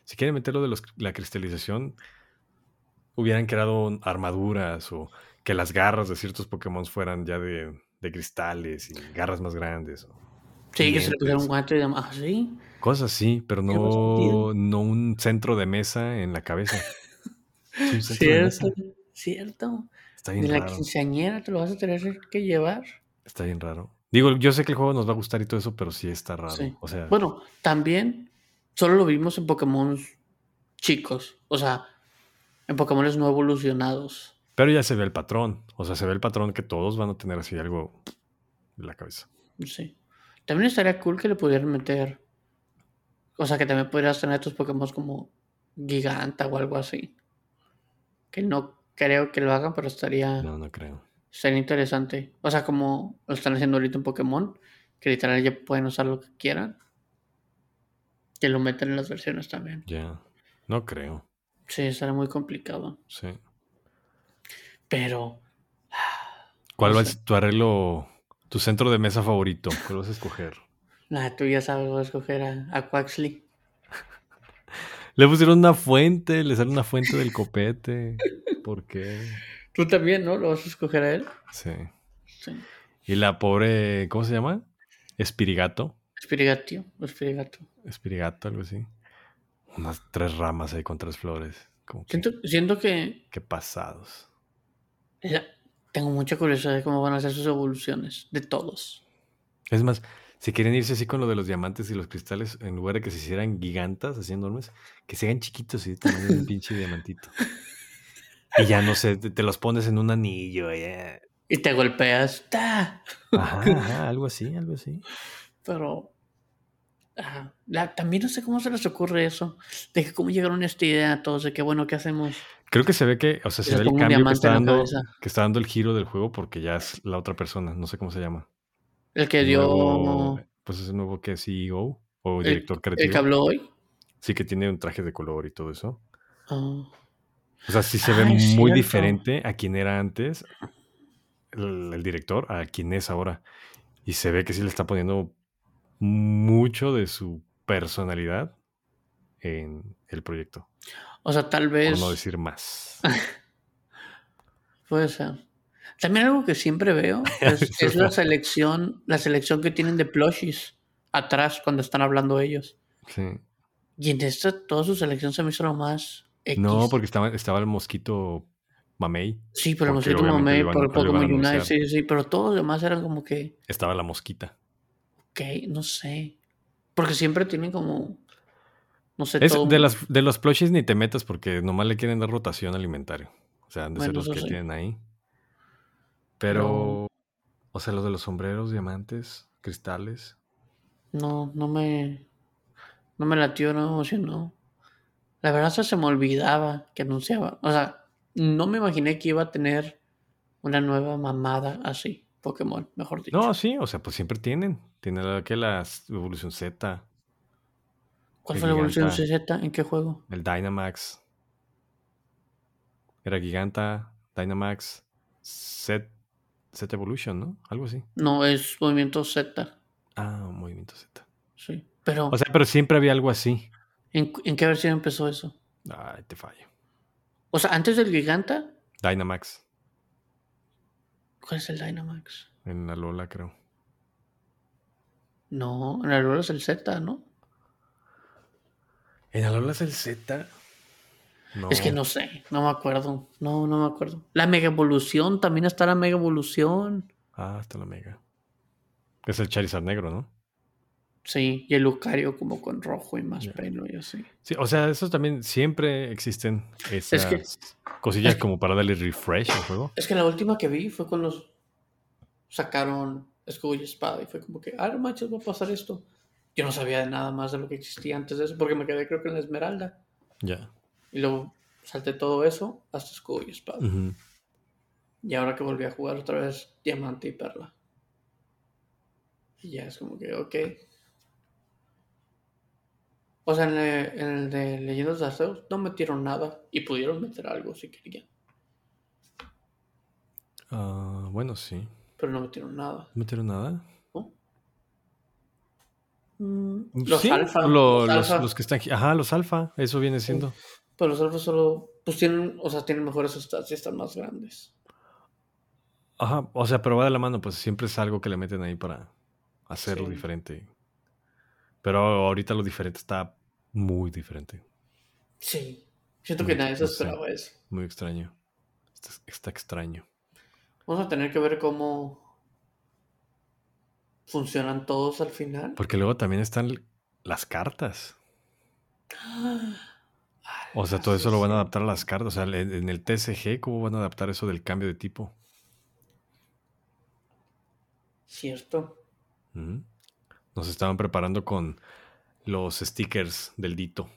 si quieren meterlo de los- la cristalización, hubieran creado armaduras o que las garras de ciertos Pokémon fueran ya de, de cristales y garras más grandes. o
Sí, que se le
dientes,
pusieron guantes y demás, ah, sí.
Cosas así, pero
Tiene
no,
sentido.
no un centro de mesa en la cabeza. Es un centro de mesa.
Cierto, cierto.
Está
De
bien
la
raro.
quinceañera te lo vas a tener que llevar.
Está bien raro. Digo, yo sé que el juego nos va a gustar y todo eso, pero sí está raro.
Sí.
O sea,
Bueno, también solo lo vimos en Pokémon chicos, o sea, en Pokémon no evolucionados.
pero ya se ve el patrón. O sea, se ve el patrón que todos van a tener así algo en la cabeza.
Sí. También estaría cool que le pudieran meter. O sea, que también pudieras tener tus Pokémon como Giganta o algo así. Que no creo que lo hagan, pero estaría,
No, no creo.
estaría interesante. O sea, como lo están haciendo ahorita en Pokémon, que literal ya pueden usar lo que quieran. Que lo metan en las versiones también.
Ya. No creo.
Sí, estaría muy complicado.
Sí.
Pero
¿Cuál
No
va es tu arreglo, tu centro de mesa favorito? ¿Cuál vas a escoger?
nada, tú ya sabes, voy a escoger a, a Quaxley.
Le pusieron una fuente, le sale una fuente del copete. ¿Por qué?
Tú también, ¿no? ¿Lo vas a escoger a él?
Sí.
Sí.
Y la pobre, ¿cómo se llama? Espirigato.
Espirigatio, Espirigato.
Espirigato, algo así. Unas tres ramas ahí con tres flores. Como que,
Siento, siento que
qué pasados.
la- tengo mucha curiosidad de cómo van a ser sus evoluciones, de todos.
Es más, si quieren irse así con lo de los diamantes y los cristales, en lugar de que se hicieran gigantas, así enormes, que se hagan chiquitos y de tamaño de un pinche diamantito. Y ya no sé, te, te los pones en un anillo. y, eh,
Y te golpeas, ¡ta!
Ajá, ajá, algo así, algo así.
Pero ajá, la- también no sé cómo se les ocurre eso, de que cómo llegaron a esta idea a todos, de que bueno, ¿qué hacemos?
Creo que se ve que, o sea, se
Les
ve Pues el
pongo un
cambio que
diamante
está,
en la
dando,
cabeza.
que está dando el giro del juego porque ya es la otra persona, no sé cómo se llama.
El que
El
dio,
nuevo- pues es el nuevo que es CEO o
El-
director
el
creativo.
que habló hoy.
Sí, que tiene un traje de color y todo eso.
Ah,
O sea, sí se ve
Ah,
muy
es cierto.
diferente a quien era antes el, el director, a quien es ahora. Y se ve que sí le está poniendo mucho de su personalidad en el proyecto.
o sea, tal
Por
vez
no decir más.
puede ser. También algo que siempre veo es,
Es
es la
verdad.
selección, la selección que tienen de plushies atrás cuando están hablando ellos.
Sí.
Y en esta, toda su selección se me hizo lo más X.
No, porque estaba, estaba el mosquito mamey.
Sí, pero el
porque
mosquito
obviamente lo
Mamey,
iban-
por
lo
el
iban a
Pokémon Unite,
anunciar.
sí, sí, sí, pero todos los demás eran como que,
Estaba la mosquita.
ok, no sé. Porque siempre tienen como, no sé,
Es
todo.
de, las, de los plushies ni te metas porque nomás le quieren dar rotación alimentario. O sea, han de ser
Bueno,
los
eso
que
sí.
tienen ahí. Pero,
Pero-
o sea, los de los sombreros, diamantes, cristales.
No, no me, no me latió, no me emocionó. La verdad, hasta se me olvidaba que anunciaba. O sea, no me imaginé que iba a tener una nueva mamada así. Pokémon, mejor dicho.
No, sí, o sea, pues siempre tienen. Tiene la que la evolución Z,
¿Cuál
el
fue la evolución
Giganta.
CZ? ¿En qué juego?
el Dynamax. Era Giganta, Dynamax, Z, Z Evolution, ¿no? Algo así.
No, es movimiento Z.
Ah, movimiento Z.
Sí. Pero,
O sea, pero siempre había algo así.
¿en, en qué versión empezó eso?
Ay, te fallo.
O sea, antes del Giganta,
Dynamax,
¿cuál es el Dynamax?
en la Lola, creo.
No, en realidad es el Z, ¿no?
¿En la Lola es el Z?
Es que no sé, no me acuerdo. No, no me acuerdo. La Mega Evolución, también está la Mega Evolución.
Ah, hasta la Mega. Es el Charizard negro, ¿no?
Sí, y el Lucario como con rojo y más
Ya.
pelo y así.
Sí, o sea, esos también siempre existen esas
Es que-
cosillas
es que-
como para darle refresh al juego.
Es que la última que vi fue con los. Sacaron escudo y espada y fue como que, ah, no manches, va a pasar esto. Yo no sabía de nada más de lo que existía antes de eso, porque me quedé, creo que en la Esmeralda.
Ya.
Y luego salté todo eso hasta escudo y espada.
Ujú.
Y ahora que volví a jugar otra vez, diamante y perla. Y ya es como que, ok. O sea, en, le- en el de Leyendas de Arceus no metieron nada y pudieron meter algo si querían,
Ah, bueno, sí.
pero no metieron nada.
¿No metieron nada?
Mm, los
Sí,
alfa,
lo-
los
los,
alfa,
los que están... gi- Ajá, los alfa. Eso viene siendo.
pero los alfa solo, pues tienen, o sea, tienen mejores stats y están más grandes.
Ajá, o sea, pero va de la mano, pues siempre es algo que le meten ahí para hacerlo
Sí.
diferente. Pero ahorita lo diferente está muy diferente,
Sí. Siento
Mm,
que nadie se
no sé.
esperaba eso.
muy extraño. Está, está extraño.
Vamos a tener que ver cómo funcionan todos al final.
Porque luego también están l- las cartas. O
Ah,
sea, todo eso lo van a adaptar a las cartas. O sea, en, en el TCG, ¿cómo van a adaptar eso del cambio de tipo?
Cierto.
Mm. Nos estaban preparando con los stickers del Dito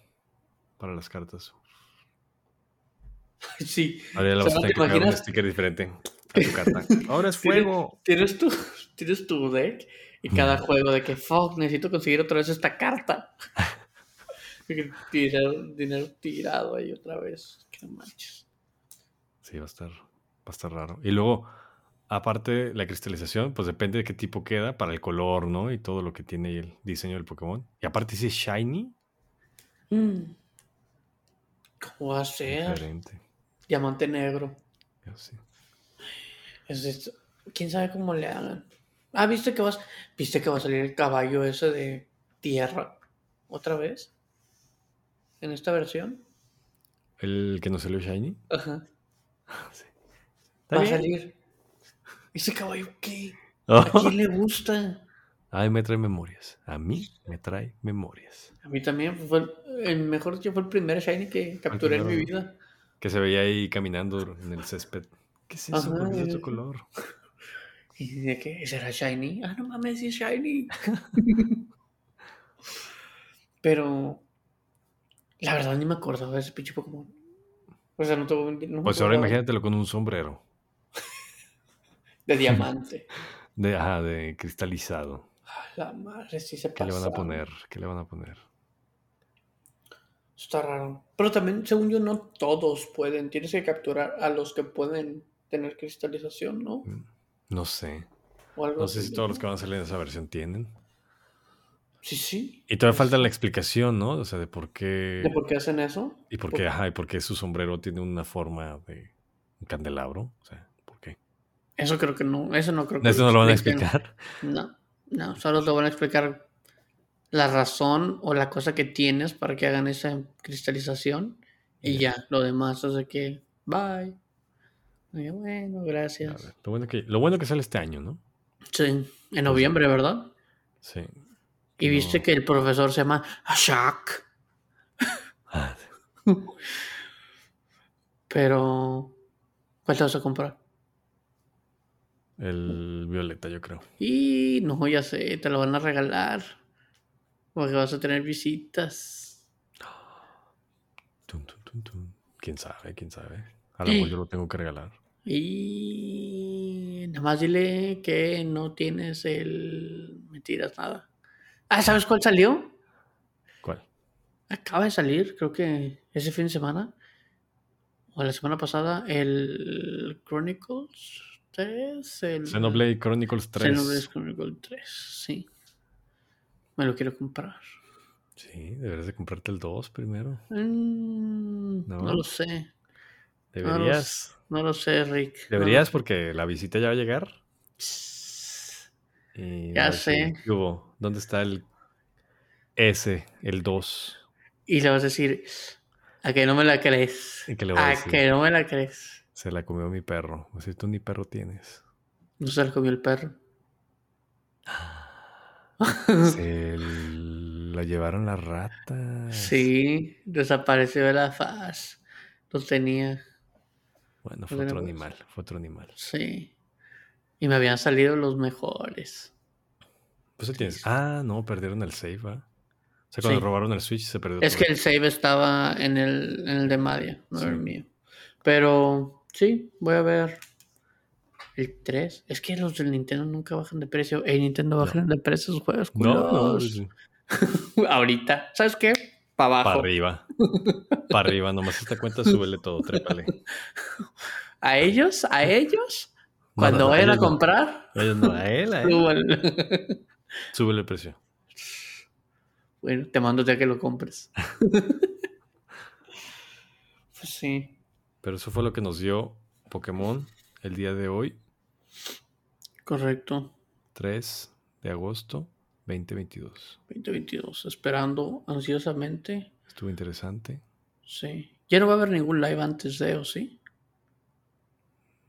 para las cartas.
Sí.
Ahora ya le
O
vas
sea,
a tener
¿no te
que pegar un
imaginas?
sticker diferente a tu carta. Ahora es fuego.
Tienes tu, tienes tu deck y cada
Ujú.
juego de que, fuck, necesito conseguir otra vez esta carta. Y que tirar dinero tirado ahí otra vez. Qué manches.
Sí, va a estar, va a estar raro. Y luego, aparte la cristalización, pues depende de qué tipo queda para el color, ¿no? Y todo lo que tiene ahí el diseño del Pokémon. Y aparte si es shiny,
Mm. ¿Cómo va a ser?
diferente.
Diamante negro.
Yo sí.
Es esto. ¿Quién sabe cómo le hagan? Ah, ¿viste que, vas, ¿viste que va a salir el caballo ese de tierra otra vez? ¿En esta versión?
El que no salió shiny.
Ajá.
Está
va
bien.
a salir. ¿Ese caballo qué? ¿A
Oh.
quién le gusta?
Ay, me trae memorias. A mí me trae memorias.
A mí también fue el, el mejor, yo fue el primer shiny que capturé en mi
primero.
vida.
Que se veía ahí caminando en el césped. ¿Qué es eso?
Ajá,
¿Por qué es de
sí,
otro
sí.
color?
¿Y de qué? ¿Ese era shiny? Ah, no mames, sí es shiny. Pero la verdad ni me acordaba de ese pinche Pokémon. O sea, no tengo no me
Pues ahora
acordaba.
imagínatelo con un sombrero.
De diamante.
De, ajá, de cristalizado.
A la madre, sí se
¿Qué
pasa.
le van a poner? ¿Qué le van a poner?
Está raro. Pero también, según yo, no todos pueden. Tienes que capturar a los que pueden tener cristalización, ¿no?
No sé.
O algo
No sé
así,
si todos los que van a salir en esa versión tienen.
Sí, sí.
Y todavía
Sí,
falta
sí.
la explicación, ¿no? O sea, de por qué.
¿De por qué hacen eso?
Y por qué, ajá, y por qué su sombrero tiene una forma de un candelabro. O sea, ¿por qué?
Eso creo que no, eso no creo que
Eso no lo van a
expliquen.
explicar.
No, no, solo te van a explicar la razón o la cosa que tienes para que hagan esa cristalización y
Ya.
ya, lo demás es de que, bye. Y yo, bueno,
A
gracias.
ver, lo, bueno que, lo bueno que sale este año, ¿no?
Sí,
Pues
en noviembre, ¿verdad?
Sí.
Y viste
No.
que el profesor se llama Ashak,
Ah,
pero ¿cuál te vas a comprar?
el violeta, yo creo.
Y no, ya sé, te lo van a regalar porque vas a tener visitas.
Tun, tun, tun, tun. Quién sabe, quién sabe. A lo mejor yo lo tengo que regalar.
Y nada más dile que no tienes el... Mentiras, nada. Ah, ¿sabes cuál salió?
¿Cuál?
Acaba de salir, creo que ese fin de semana. O la semana pasada, el Chronicles 3. El...
Xenoblade Chronicles 3.
Mm. Xenoblade Chronicles 3, sí. Me lo quiero comprar.
Sí, deberías de comprarte el 2 primero.
Mm,
No.
no. lo sé. No lo-
Deberías.
No lo sé, Rick. No lo
Deberías porque la visita ya va a llegar. y va eh,
Ya
a decir,
sé.
"¿Qué hubo? ¿Dónde está el S, el 2?
Y le vas a decir, a que no me la crees.
¿Y qué le voy a
a
decir?
que no me la crees.
Se la comió mi perro. O sea, tú ni perro tienes.
No se la comió el perro.
Se la llevaron las ratas.
Sí, desapareció de la faz. Lo tenía,
Bueno, fue
Bueno,
otro
pues.
animal. Fue otro animal.
sí. Y me habían salido los mejores.
Pues ahí tienes.
Triste.
Ah, no, perdieron el save, ¿va? O sea, cuando
Sí.
robaron el Switch se perdió.
Es
todo.
que el save estaba en el, en el de Madia, no
Sí.
el mío. Pero sí, voy a ver el 3. Es que los del Nintendo nunca bajan de precio. El Nintendo bajan de precio sus juegos.
No, pues, no,
culeros.
sí.
Ahorita, ¿sabes qué? Para
para
abajo.
arriba. Para arriba, nomás esta cuenta súbele todo, trépale.
A ellos, a ellos, cuando
No, no, no,
vayan a
ellos no. ¿Eh?
comprar,
Ellos no, a él, a él.
súbanle.
Súbele el precio.
Bueno, te mando ya que lo compres. pues sí.
Pero eso fue lo que nos dio Pokémon el día de hoy,
Correcto.
3 de agosto 2022.
2022. Esperando ansiosamente.
Estuvo interesante.
Sí. Ya no va a haber ningún live antes de, ¿o sí?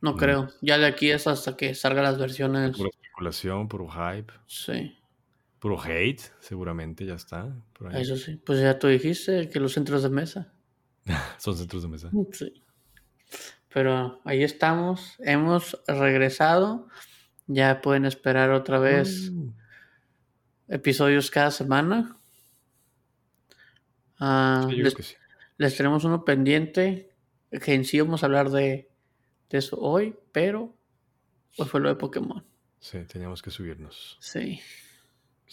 No
No.
creo. Ya de aquí es hasta que salgan las versiones.
Pura especulación, puro hype,
Sí.
puro hate, seguramente ya está. por ahí.
Eso sí. Pues ya tú dijiste que los centros de mesa.
Son centros de mesa.
Sí. Pero ahí estamos. Hemos regresado. Ya pueden esperar otra vez.
Mm.
episodios cada semana. Ah,
Sí, yo
les,
creo que sí.
les tenemos uno pendiente, que en sí vamos a hablar de, de eso hoy, pero pues fue lo de Pokémon.
Sí, teníamos que subirnos.
Sí.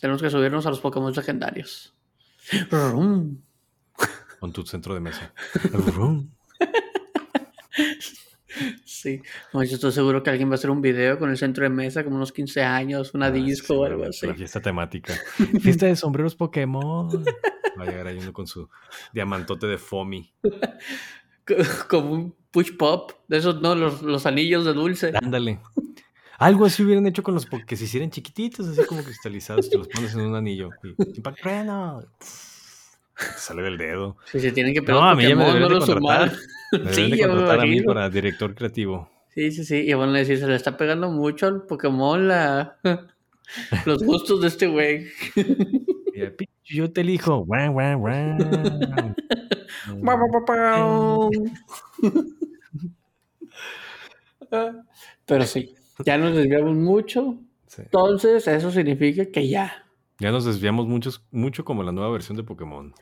Tenemos que subirnos a los Pokémon legendarios. Rum.
Con tu centro de mesa. Rum.
Sí. No, yo estoy seguro que alguien va a hacer un video con el centro de mesa, como unos 15 años, una
Ah,
disco
sí,
o algo
la
así.
Fiesta temática. Fiesta de sombreros Pokémon. Va a llegar ahí uno con su diamantote de Fomi.
Como un push pop. De esos, no, los, los anillos de dulce.
Ándale. Algo así hubieran hecho con los po- que se hicieran chiquititos, así como cristalizados, te los pones en un anillo. Y, impacto trueno. Te sale del dedo.
Si se tienen que
No, a mí ya me
Pokémon,
deberían de
los humanos.
contratar. Me deberían de
ya me
contratar a mí
imagino.
para director creativo.
Sí, sí, sí. Y van a decir, se le está pegando mucho al Pokémon la... los gustos de este güey.
Y, eh, "Pikachu, Yo te elijo. Guau, guau, guau.
Pa, pa, pa, pa. Ah, Pero sí, ya nos desviamos mucho.
Sí.
Entonces, eso significa que ya.
Ya nos desviamos muchos, mucho como la nueva versión de Pokémon.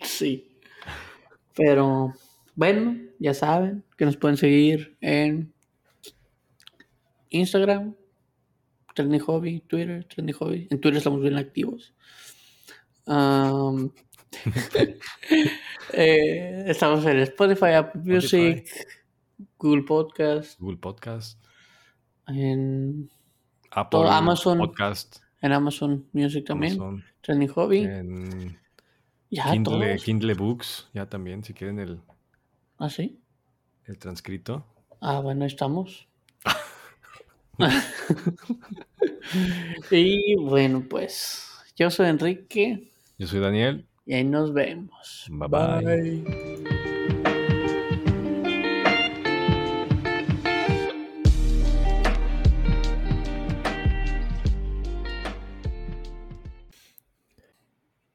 Sí. Pero bueno, ya saben que nos pueden seguir en Instagram, Trendy Hobby, Twitter, Trendy Hobby. En Twitter estamos bien activos. Am, eh, estamos en Spotify, Apple Music, Google Podcast,
Google Podcast,
en,
Apple
Todo Amazon.
Podcast,
en Amazon Music también,
Amazon,
Trendy Hobby.
en
ya,
Kindle,
todos.
Kindle Books, ya también, si quieren el,
Ah, sí.
el transcrito.
Ah, bueno, ahí estamos. y bueno, pues yo soy Enrique
Yo soy Daniel.
y ahí nos vemos.
Bye, bye.
bye.